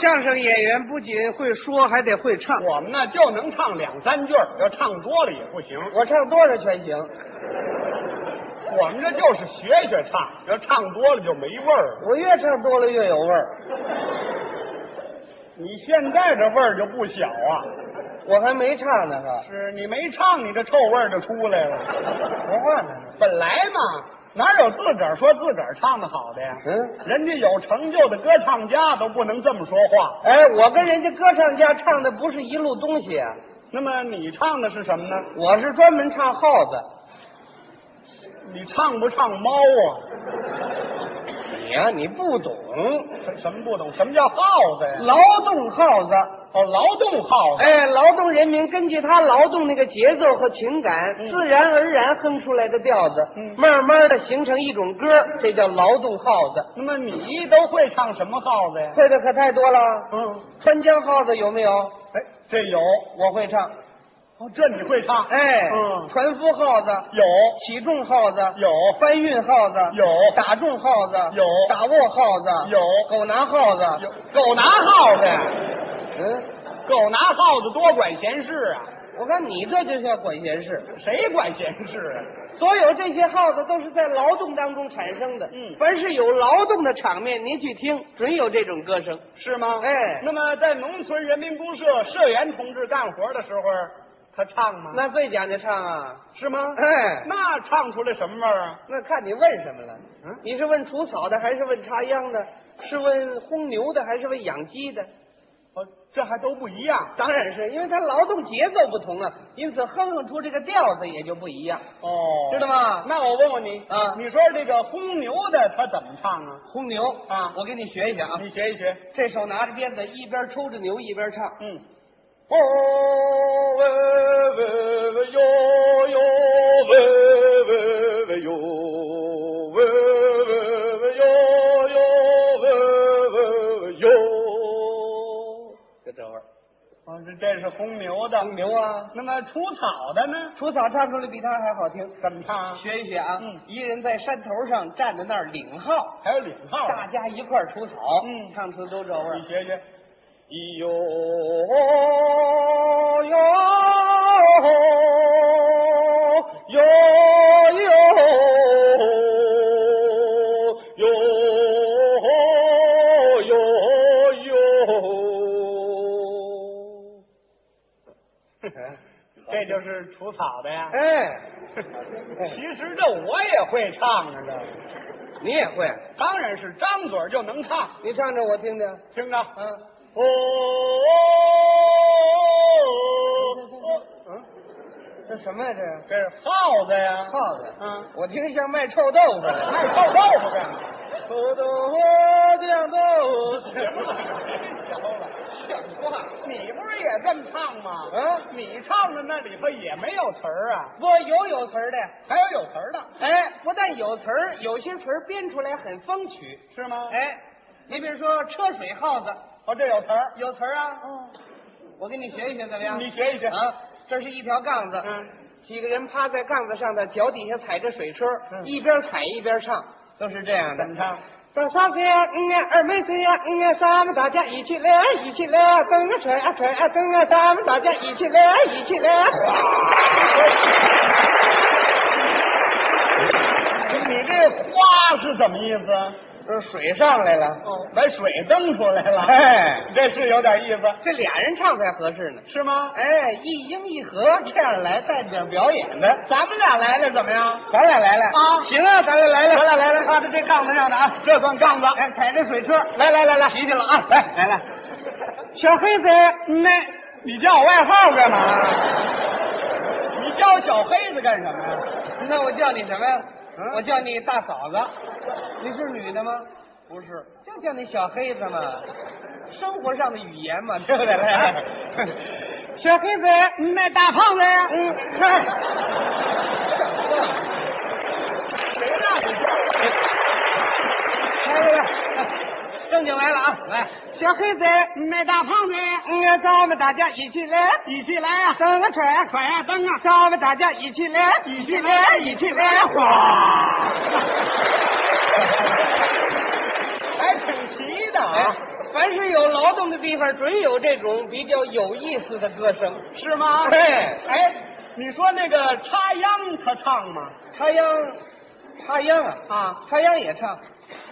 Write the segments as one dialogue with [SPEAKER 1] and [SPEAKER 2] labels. [SPEAKER 1] 相声演员不仅会说，还得会唱。
[SPEAKER 2] 我们呢就能唱两三句儿，要唱多了也不行。
[SPEAKER 1] 我唱多少全行，
[SPEAKER 2] 我们这就是学学唱，要唱多了就没味儿了。
[SPEAKER 1] 我越唱多了越有味儿。
[SPEAKER 2] 你现在这味儿就不小啊！
[SPEAKER 1] 我还没唱呢，哈，
[SPEAKER 2] 是你没唱，你这臭味儿就出来了。
[SPEAKER 1] 不话呢。
[SPEAKER 2] 本来嘛，哪有自个儿说自个儿唱的好的呀？
[SPEAKER 1] 嗯，
[SPEAKER 2] 人家有成就的歌唱家都不能这么说话。
[SPEAKER 1] 哎，我跟人家歌唱家唱的不是一路东西啊，
[SPEAKER 2] 那么你唱的是什么呢？
[SPEAKER 1] 我是专门唱耗子。
[SPEAKER 2] 你唱不唱猫啊？
[SPEAKER 1] 你哎呀、你不懂，
[SPEAKER 2] 什什么不懂？什么叫耗子呀？
[SPEAKER 1] 劳动耗子。
[SPEAKER 2] 哦，劳动耗子。
[SPEAKER 1] 哎，劳动人民根据他劳动那个节奏和情感，自然而然哼出来的调子，
[SPEAKER 2] 嗯
[SPEAKER 1] 慢慢的形成一种歌，这叫劳动号子。
[SPEAKER 2] 那么你都会唱什么耗子呀？
[SPEAKER 1] 会的可太多了，
[SPEAKER 2] 嗯，
[SPEAKER 1] 川江号子有没有？
[SPEAKER 2] 哎，这有，
[SPEAKER 1] 我会唱。
[SPEAKER 2] 哦，这你会唱？
[SPEAKER 1] 哎，
[SPEAKER 2] 嗯
[SPEAKER 1] 船夫号子、
[SPEAKER 2] 有
[SPEAKER 1] 起重号子、
[SPEAKER 2] 有
[SPEAKER 1] 搬运号子、
[SPEAKER 2] 有
[SPEAKER 1] 打中号子、
[SPEAKER 2] 有
[SPEAKER 1] 打握号子、
[SPEAKER 2] 有
[SPEAKER 1] 狗拿号子。
[SPEAKER 2] 有，狗拿耗子呀，
[SPEAKER 1] 嗯，
[SPEAKER 2] 狗拿耗子多管闲事啊！
[SPEAKER 1] 我看你这就叫管闲事。
[SPEAKER 2] 谁管闲事啊？
[SPEAKER 1] 所有这些号子都是在劳动当中产生的。
[SPEAKER 2] 嗯
[SPEAKER 1] 凡是有劳动的场面，您去听，准有这种歌声。
[SPEAKER 2] 是吗？
[SPEAKER 1] 哎
[SPEAKER 2] 嗯那么在农村人民公社社员同志干活的时候，他唱吗？
[SPEAKER 1] 那最讲究唱啊，
[SPEAKER 2] 是吗？
[SPEAKER 1] 哎，
[SPEAKER 2] 嗯那唱出来什么味儿啊？
[SPEAKER 1] 那看你问什么了。
[SPEAKER 2] 嗯
[SPEAKER 1] 你是问除草的，还是问插秧的？是问烘牛的，还是问养鸡的？
[SPEAKER 2] 哦，这还都不一样
[SPEAKER 1] 当然是因为它劳动节奏不同啊，因此哼哼出这个调子也就不一样，
[SPEAKER 2] 哦
[SPEAKER 1] 知道吗？
[SPEAKER 2] 那我问问你
[SPEAKER 1] 啊
[SPEAKER 2] 你说这个轰牛的他怎么唱啊？
[SPEAKER 1] 烘牛
[SPEAKER 2] 啊
[SPEAKER 1] 我给你学一学啊。
[SPEAKER 2] 你学一学。
[SPEAKER 1] 这手拿着鞭子，一边抽着牛，一边唱。
[SPEAKER 2] 嗯。哦喂喂喂哟哟喂喂喂哟喂喂喂哟哟喂喂喂哟。
[SPEAKER 1] 就这味儿。
[SPEAKER 2] 哦，这这是红牛的。
[SPEAKER 1] 放牛啊，
[SPEAKER 2] 那么除草的呢？
[SPEAKER 1] 除草唱出来比他还好听。
[SPEAKER 2] 怎么唱啊？
[SPEAKER 1] 学一学啊，
[SPEAKER 2] 嗯
[SPEAKER 1] 一人在山头上站在那儿领号，
[SPEAKER 2] 还有领号的。
[SPEAKER 1] 大家一块儿除草，
[SPEAKER 2] 嗯
[SPEAKER 1] 唱出都这味儿
[SPEAKER 2] 你。学学。咿哟哟哟哟哟哟哟，哎这就是除草的呀。
[SPEAKER 1] 哎，
[SPEAKER 2] 其实这我也会唱啊，这
[SPEAKER 1] 你也会？
[SPEAKER 2] 当然是张嘴就能唱，
[SPEAKER 1] 你唱唱我听听。
[SPEAKER 2] 听着。
[SPEAKER 1] 嗯，
[SPEAKER 2] 哦，哦嗯，
[SPEAKER 1] 这什么呀？这
[SPEAKER 2] 这是耗子呀，
[SPEAKER 1] 耗子
[SPEAKER 2] 嗯，
[SPEAKER 1] 我听像卖臭豆腐的。
[SPEAKER 2] 卖臭豆腐干嘛？
[SPEAKER 1] 臭豆腐酱豆腐，
[SPEAKER 2] 行了，行了，
[SPEAKER 1] 像话
[SPEAKER 2] 你不是也这么唱吗？
[SPEAKER 1] 啊？
[SPEAKER 2] 你唱的那里头也没有词儿啊，
[SPEAKER 1] 不，有有词儿的。
[SPEAKER 2] 还有有词儿的，
[SPEAKER 1] 哎，不但有词儿，有些词儿编出来很风趣。
[SPEAKER 2] 是吗？，
[SPEAKER 1] 哎，你比如说车水耗子，
[SPEAKER 2] 哦，这有词儿，
[SPEAKER 1] 有词儿啊。我给你学一学怎么样？
[SPEAKER 2] 嗯你学一学。
[SPEAKER 1] 啊，这是一条杠子，
[SPEAKER 2] 嗯，
[SPEAKER 1] 几个人趴在杠子上头，脚底下踩着水车，
[SPEAKER 2] 嗯
[SPEAKER 1] 一边踩一边唱，都是这样的
[SPEAKER 2] 怎。么唱？
[SPEAKER 1] 这三岁呀，嗯呀，二妹岁呀，嗯呀，咱们大家一起来，一起来，蹬啊甩啊甩啊蹬啊，咱们大家一起来，一起来。
[SPEAKER 2] 你这花是怎么意思？
[SPEAKER 1] 这水上来了，
[SPEAKER 2] 哦，把水蹬出来了，
[SPEAKER 1] 哎，
[SPEAKER 2] 这是有点意思，
[SPEAKER 1] 这俩人唱才合适呢。
[SPEAKER 2] 是吗？
[SPEAKER 1] 哎，一英一和这样来带点表演的，
[SPEAKER 2] 咱们俩来了怎么样？
[SPEAKER 1] 咱俩来了
[SPEAKER 2] 啊
[SPEAKER 1] 行啊，咱俩来了，
[SPEAKER 2] 来了来了，看着这杠子上的啊，这算杠子。
[SPEAKER 1] 哎，踩着水车，来来来来，提起了啊，来来来，小黑子，
[SPEAKER 2] 那，你叫我外号干嘛？你叫我小黑子干什么呀？
[SPEAKER 1] 那我叫你什么呀？
[SPEAKER 2] 嗯
[SPEAKER 1] 我叫你大嫂子，你是女的吗？不是，就叫你小黑子嘛，生活上的语言嘛， 对不对？来，小黑子，
[SPEAKER 2] 那大胖子呀
[SPEAKER 1] 嗯，
[SPEAKER 2] 谁让你 叫？
[SPEAKER 1] 来来来，哎正经来了啊！来，小黑子，那大胖子，嗯，咱们大家一起来，一起来啊！蹬啊踹啊踹啊蹬啊！咱们大家一起来，一起来，一起来！哗！
[SPEAKER 2] 还挺齐的
[SPEAKER 1] 哎
[SPEAKER 2] 啊！，
[SPEAKER 1] 凡是有劳动的地方准有这种比较有意思的歌声。
[SPEAKER 2] 是吗？
[SPEAKER 1] 哎
[SPEAKER 2] 哎，你说那个插秧他唱吗？
[SPEAKER 1] 插秧，插秧啊，
[SPEAKER 2] 啊，
[SPEAKER 1] 插秧也唱，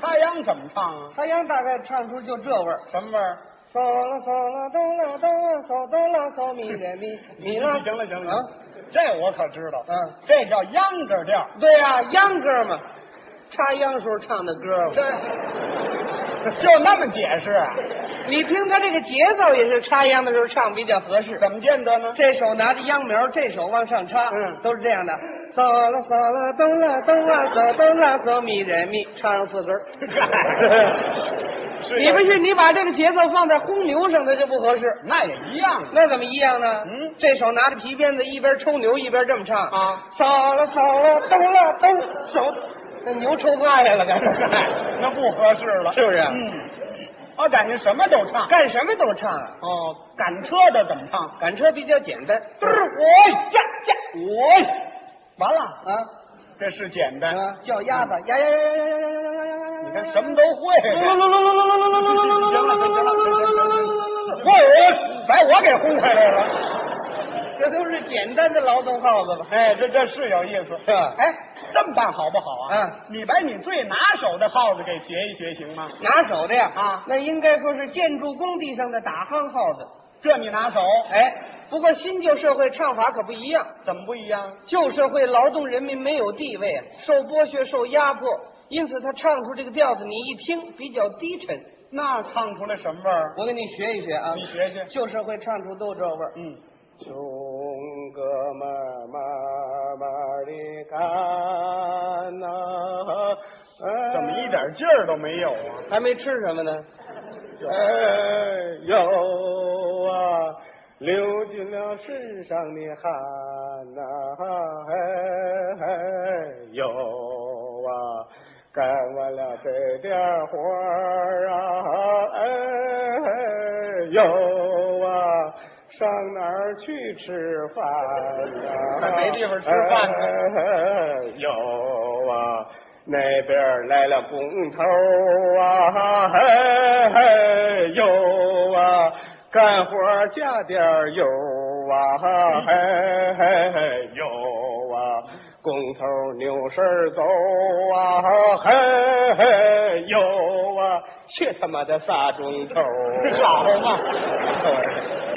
[SPEAKER 2] 插秧怎么唱啊？
[SPEAKER 1] 插秧大概唱出就这味儿。
[SPEAKER 2] 什么味儿？
[SPEAKER 1] 嗦啦嗦啦哆啦哆啦嗦哆啦嗦咪来咪咪啦。
[SPEAKER 2] 行了行了，
[SPEAKER 1] 啊
[SPEAKER 2] 行了这我可知道，
[SPEAKER 1] 嗯，
[SPEAKER 2] 这叫秧歌调。
[SPEAKER 1] 对呀、秧歌嘛，插秧时候唱的歌嘛。
[SPEAKER 2] 就那么解释啊？
[SPEAKER 1] 你听他这个节奏也是插秧的时候唱比较合适。
[SPEAKER 2] 怎么见得呢？
[SPEAKER 1] 这手拿着秧苗，这手往上插，
[SPEAKER 2] 嗯
[SPEAKER 1] 都是这样的。嗦啦嗦啦哆啦哆啦嗦哆啦嗦咪来咪，唱上四根儿。
[SPEAKER 2] 你
[SPEAKER 1] 你不
[SPEAKER 2] 们
[SPEAKER 1] 信，你把这个节奏放在轰牛上，它就不合适。
[SPEAKER 2] 那也一样
[SPEAKER 1] 那怎么一样呢？
[SPEAKER 2] 嗯，
[SPEAKER 1] 这手拿着皮鞭子，一边抽牛一边这么唱。
[SPEAKER 2] 啊。
[SPEAKER 1] 嗦啦嗦啦哆啦哆，手，那牛抽趴下了，干
[SPEAKER 2] 那不合适了，
[SPEAKER 1] 是不是
[SPEAKER 2] 嗯，我感觉什么都唱。
[SPEAKER 1] 干什么都唱啊。
[SPEAKER 2] 哦，赶车的怎么唱？
[SPEAKER 1] 赶车比较简单，
[SPEAKER 2] 嘚儿，我呀呀，我呀，完了，
[SPEAKER 1] 啊，
[SPEAKER 2] 这是简单。
[SPEAKER 1] 啊叫鸭子，呀呀呀呀呀呀呀呀呀呀呀呀！
[SPEAKER 2] 你看什么都会。
[SPEAKER 1] 这
[SPEAKER 2] 我把我给轰回来了。
[SPEAKER 1] 都是简单的劳动号子吧？
[SPEAKER 2] 哎，这这是有意思。
[SPEAKER 1] 是吧
[SPEAKER 2] 哎，这么办好不好啊？
[SPEAKER 1] 嗯，
[SPEAKER 2] 你把你最拿手的号子给学一学，行吗？
[SPEAKER 1] 拿手的呀
[SPEAKER 2] 啊
[SPEAKER 1] 那应该说是建筑工地上的打夯号子。
[SPEAKER 2] 这你拿手，
[SPEAKER 1] 哎，不过新旧社会唱法可不一样。
[SPEAKER 2] 怎么不一样？
[SPEAKER 1] 旧社会劳动人民没有地位啊，受剥削、受压迫，因此他唱出这个调子，你一听比较低沉。
[SPEAKER 2] 那唱出来什么味儿？
[SPEAKER 1] 我给你学一学啊，
[SPEAKER 2] 你学学。
[SPEAKER 1] 旧社会唱出都这味儿。
[SPEAKER 2] 嗯，
[SPEAKER 1] 穷哥们儿慢慢的干呐、哎
[SPEAKER 2] 怎么一点劲儿都没有啊？
[SPEAKER 1] 还没吃什么呢？
[SPEAKER 3] 哎呦啊，流尽了身上的汗呐、哎哎呦啊，干完了这点活儿啊，哎呦啊，上哪儿去吃饭呐、
[SPEAKER 2] 还没地方吃饭呢
[SPEAKER 3] 哎呦啊，那边来了工头啊，嘿嘿呦啊，干活加点儿油啊，嘿嘿嘿呦啊，工头扭身儿走啊，嘿嘿呦啊，去他妈的仨钟头，啊
[SPEAKER 2] 好嘛，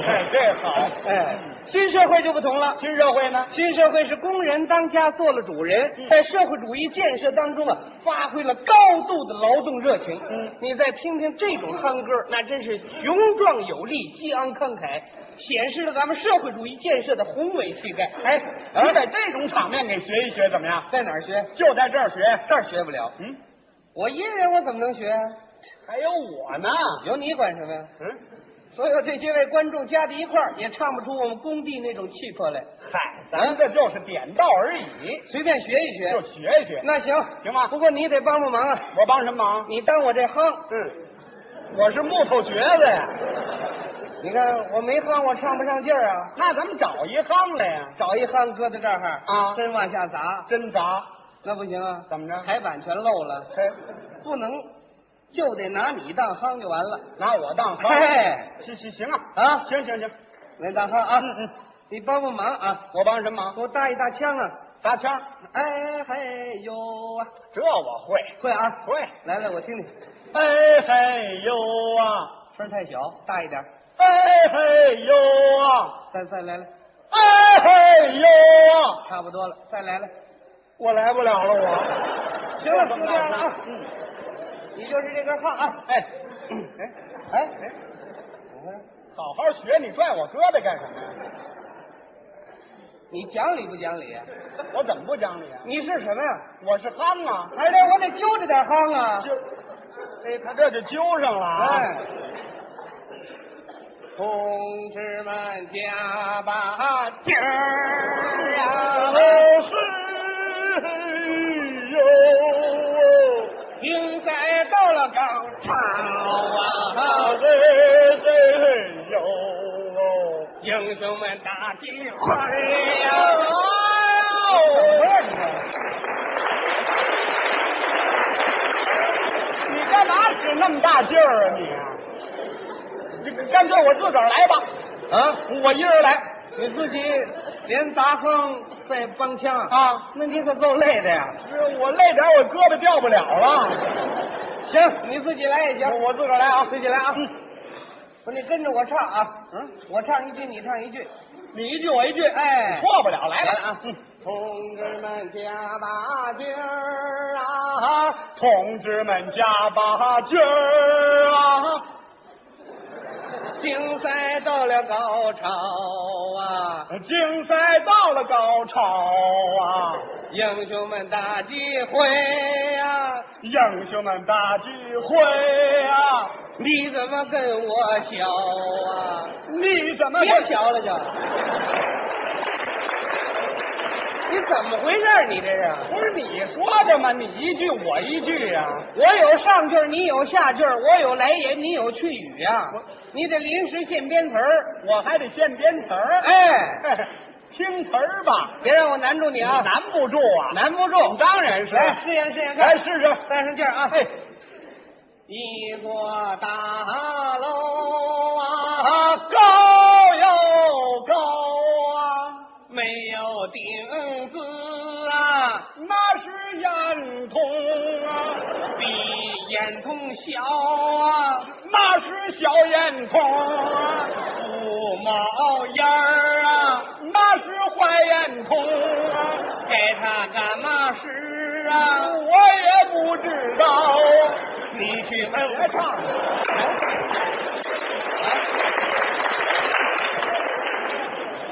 [SPEAKER 2] 哎，这好。
[SPEAKER 1] 哎，新社会就不同了。
[SPEAKER 2] 新社会呢？嗯
[SPEAKER 1] 新社会是工人当家做了主人，在社会主义建设当中啊，发挥了高度的劳动热情。
[SPEAKER 2] 嗯
[SPEAKER 1] 你再听听这种夯歌，那真是雄壮有力、激昂慷慨，显示了咱们社会主义建设的宏伟气概。
[SPEAKER 2] 哎，你在这种场面给学一学怎么样？
[SPEAKER 1] 在哪儿学？
[SPEAKER 2] 就在这儿学。
[SPEAKER 1] 这儿学不了，
[SPEAKER 2] 嗯，
[SPEAKER 1] 我一人我怎么能学啊？
[SPEAKER 2] 还有我呢。
[SPEAKER 1] 有你管什么呀？
[SPEAKER 2] 嗯，
[SPEAKER 1] 所有这些位观众加在一块儿，也唱不出我们工地那种气魄来。
[SPEAKER 2] 嗨，咱们这就是点到而已，
[SPEAKER 1] 随便学一学
[SPEAKER 2] 就，学一学。
[SPEAKER 1] 那行
[SPEAKER 2] 行吧
[SPEAKER 1] 不过你得帮帮忙啊，
[SPEAKER 2] 哎我帮什么忙？
[SPEAKER 1] 你当我这夯。
[SPEAKER 2] 嗯，我是木头橛子呀。
[SPEAKER 1] 你看我没夯，我唱不上劲儿啊。
[SPEAKER 2] 那咱们找一夯来呀。
[SPEAKER 1] 找一夯搁在这儿
[SPEAKER 2] 啊
[SPEAKER 1] 真往下砸，
[SPEAKER 2] 真砸？
[SPEAKER 1] 那不行啊。
[SPEAKER 2] 怎么着
[SPEAKER 1] 台板全漏了，
[SPEAKER 2] 嘿，
[SPEAKER 1] 不能，就得拿你当夯就完了。
[SPEAKER 2] 拿我当夯？
[SPEAKER 1] 嘿，
[SPEAKER 2] 行行行啊，嗯
[SPEAKER 1] 啊，
[SPEAKER 2] 行行行，
[SPEAKER 1] 来当夯啊，你帮帮忙啊，
[SPEAKER 2] 我帮什么忙？
[SPEAKER 1] 给我搭一搭腔啊。
[SPEAKER 2] 搭腔，
[SPEAKER 1] 哎嘿呦啊，
[SPEAKER 2] 这我会。
[SPEAKER 1] 会啊，
[SPEAKER 2] 会。
[SPEAKER 1] 来来，我听听，
[SPEAKER 2] 哎嘿呦啊，
[SPEAKER 1] 声儿太小，大一点儿，
[SPEAKER 2] 哎嘿呦啊。
[SPEAKER 1] 再再来来，
[SPEAKER 2] 哎嘿呦啊！
[SPEAKER 1] 差不多了，再来来。
[SPEAKER 2] 我来不了了，我。
[SPEAKER 1] 行了，就这样了啊。嗯，你就是这根夯啊。
[SPEAKER 2] 哎，
[SPEAKER 1] 哎哎，
[SPEAKER 2] 好好学，你拽我胳膊干什么呀？
[SPEAKER 1] 你讲理不讲理？啊
[SPEAKER 2] 我怎么不讲理啊？
[SPEAKER 1] 你是什么呀？
[SPEAKER 2] 我是憨啊，
[SPEAKER 1] 哎，这我得揪着点夯啊！
[SPEAKER 2] 就，哎，他这就揪上了啊。
[SPEAKER 1] 哎，同志们加把劲儿啊！
[SPEAKER 2] 嘿呦，
[SPEAKER 1] 应该到了高潮啊！
[SPEAKER 2] 嘿嘿呦，
[SPEAKER 1] 英雄们打金花呀！
[SPEAKER 2] 你干嘛使那么大劲儿啊你啊？干脆我自个儿来吧，
[SPEAKER 1] 啊，
[SPEAKER 2] 我一人来。
[SPEAKER 1] 你自己连砸坑带帮腔
[SPEAKER 2] 啊，
[SPEAKER 1] 那你可够累的呀。
[SPEAKER 2] 是我累点，我胳膊掉不了了。
[SPEAKER 1] 行，你自己来也行，
[SPEAKER 2] 我自个儿来啊
[SPEAKER 1] 自己来啊。
[SPEAKER 2] 不是，你跟着我唱啊，
[SPEAKER 1] 嗯，我唱一句，你唱一句。
[SPEAKER 2] 你一句我一句，
[SPEAKER 1] 哎
[SPEAKER 2] 错不嗯了。来
[SPEAKER 1] 来
[SPEAKER 2] 来
[SPEAKER 1] 了啊，同志们加把劲儿啊！
[SPEAKER 4] 同志们加把劲儿
[SPEAKER 1] 嗯
[SPEAKER 4] 啊！
[SPEAKER 1] 竞赛到了高潮啊！
[SPEAKER 4] 竞赛到了高潮啊！
[SPEAKER 1] 英雄们大机会呀、啊！
[SPEAKER 4] 英雄们大聚会啊！
[SPEAKER 1] 你怎么跟我学啊？
[SPEAKER 4] 你怎么
[SPEAKER 1] 别学了就！你怎么回事？你这是？
[SPEAKER 2] 不是你说的吗？你一句我一句啊呀、
[SPEAKER 1] 我有上句儿，你有下句儿；我有来言，你有去语啊！你得临时现编词儿，
[SPEAKER 2] 我还得现编词儿。
[SPEAKER 1] 哎，
[SPEAKER 2] 哎，听词儿吧，
[SPEAKER 1] 别让我难住你啊！
[SPEAKER 2] 难不住啊。
[SPEAKER 1] 难不住，
[SPEAKER 2] 当然是
[SPEAKER 1] 来试验试验
[SPEAKER 2] 来
[SPEAKER 1] 看，
[SPEAKER 2] 试试。
[SPEAKER 1] 带上劲儿啊！
[SPEAKER 2] 哎，
[SPEAKER 1] 一座大楼啊，
[SPEAKER 2] 高又高啊，
[SPEAKER 1] 没有顶子啊，
[SPEAKER 2] 那是烟囱啊，
[SPEAKER 1] 比烟囱小啊，
[SPEAKER 2] 那是小烟囱啊，
[SPEAKER 1] 不冒烟儿啊，
[SPEAKER 2] 那是坏烟囱啊，
[SPEAKER 1] 给它干嘛使啊？
[SPEAKER 2] 我也不知道。
[SPEAKER 1] 你去问
[SPEAKER 2] 来唱，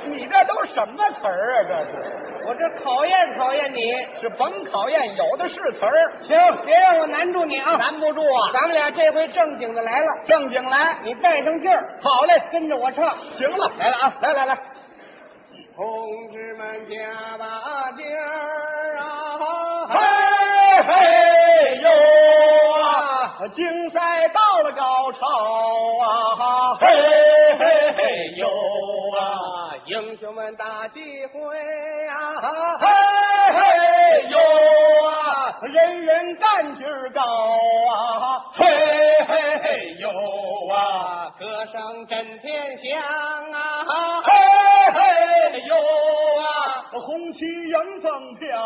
[SPEAKER 2] 你这都什么词儿啊？这是。
[SPEAKER 1] 我这考验考验你，
[SPEAKER 2] 是甭考验，有的是词儿，
[SPEAKER 1] 行，别让我难住你啊！
[SPEAKER 2] 难不住啊！
[SPEAKER 1] 咱们俩这回正经的来了，
[SPEAKER 2] 正经来，
[SPEAKER 1] 你带上劲儿，
[SPEAKER 2] 好嘞，
[SPEAKER 1] 跟着我唱。
[SPEAKER 2] 行了，来了啊，来来来，
[SPEAKER 1] 同志们加把劲儿
[SPEAKER 2] 嘿
[SPEAKER 1] 啊！
[SPEAKER 2] 嘿哟啊，竞赛到了高潮啊，嘿嘿嘿哟啊，，
[SPEAKER 1] 英雄们大聚会啊！
[SPEAKER 2] 嘿嘿哟啊，人人干劲儿高啊，嘿嘿嘿哟啊。
[SPEAKER 1] 啊，歌声震天响啊！
[SPEAKER 2] 嘿嘿哟啊，红旗迎风飘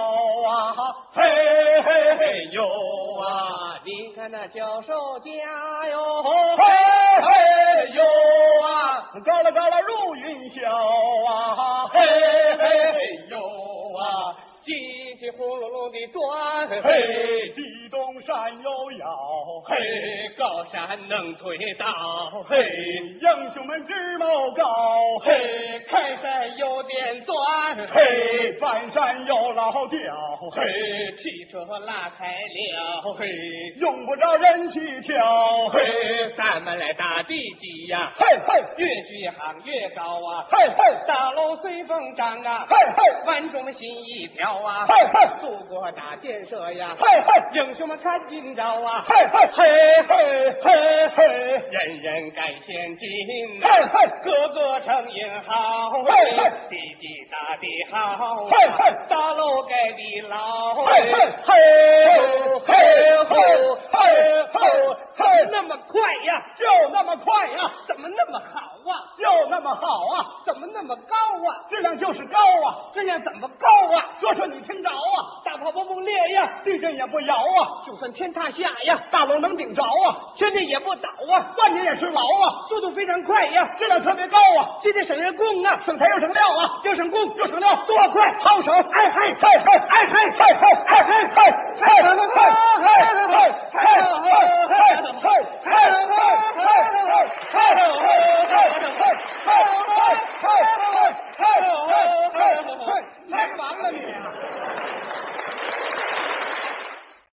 [SPEAKER 2] 啊，嘿嘿嘿哟啊，
[SPEAKER 1] 啊，你看那教授家哟，
[SPEAKER 2] 嘿嘿哟啊，高了高了入云霄啊，嘿嘿嘿哟啊，
[SPEAKER 1] 叽叽呼噜噜地转，
[SPEAKER 2] 嘿地动山又摇，嘿
[SPEAKER 1] 高山能推倒，
[SPEAKER 2] 嘿英雄们志谋高，嘿
[SPEAKER 1] 开山有点钻，
[SPEAKER 2] 嘿翻山又老掉，嘿
[SPEAKER 1] 汽车拉开了，
[SPEAKER 2] 嘿用不着人去挑，嘿。
[SPEAKER 1] 咱们来打地基呀、
[SPEAKER 2] 嘿嘿
[SPEAKER 1] 越续航越高啊，
[SPEAKER 2] 嘿嘿
[SPEAKER 1] 大楼随风长啊，
[SPEAKER 2] 嘿嘿
[SPEAKER 1] 万众的心一条啊，
[SPEAKER 2] 嘿嘿
[SPEAKER 1] 祖国大建设呀，
[SPEAKER 2] 嘿嘿
[SPEAKER 1] 英雄们看今朝啊，
[SPEAKER 2] 嘿嘿嘿嘿嘿嘿
[SPEAKER 1] 人人改先进呐、
[SPEAKER 2] 嘿嘿
[SPEAKER 1] 个个成英豪
[SPEAKER 2] 嘿
[SPEAKER 1] 哎
[SPEAKER 2] 嘿，
[SPEAKER 1] 地基打得好啊，
[SPEAKER 2] 嘿嘿
[SPEAKER 1] 大楼盖的牢
[SPEAKER 2] 嘿嘿
[SPEAKER 1] 哎，
[SPEAKER 2] 嘿嘿嘿嘿嘿
[SPEAKER 1] 那么快呀，
[SPEAKER 2] 就那么快呀，
[SPEAKER 1] 怎么那么好啊？
[SPEAKER 2] 就那么好啊，
[SPEAKER 1] 怎么那么高啊？
[SPEAKER 2] 质量就是高啊，
[SPEAKER 1] 质量怎么高啊？
[SPEAKER 2] 说说你听着啊，
[SPEAKER 1] 大炮不崩裂呀，
[SPEAKER 2] 地震也不摇啊，
[SPEAKER 1] 就算天塌下呀，
[SPEAKER 2] 大楼能顶着啊，
[SPEAKER 1] 天地也不倒啊，
[SPEAKER 2] 断你也是牢啊，
[SPEAKER 1] 速度非常快呀，
[SPEAKER 2] 质量特别高啊，
[SPEAKER 1] 今天省人工啊，省
[SPEAKER 2] 省材又省料啊，
[SPEAKER 1] 又省工
[SPEAKER 2] 又省料，
[SPEAKER 1] 多快
[SPEAKER 2] 好省，哎嘿嘿嘿嘿嘿嘿嘿嘿嘿嘿。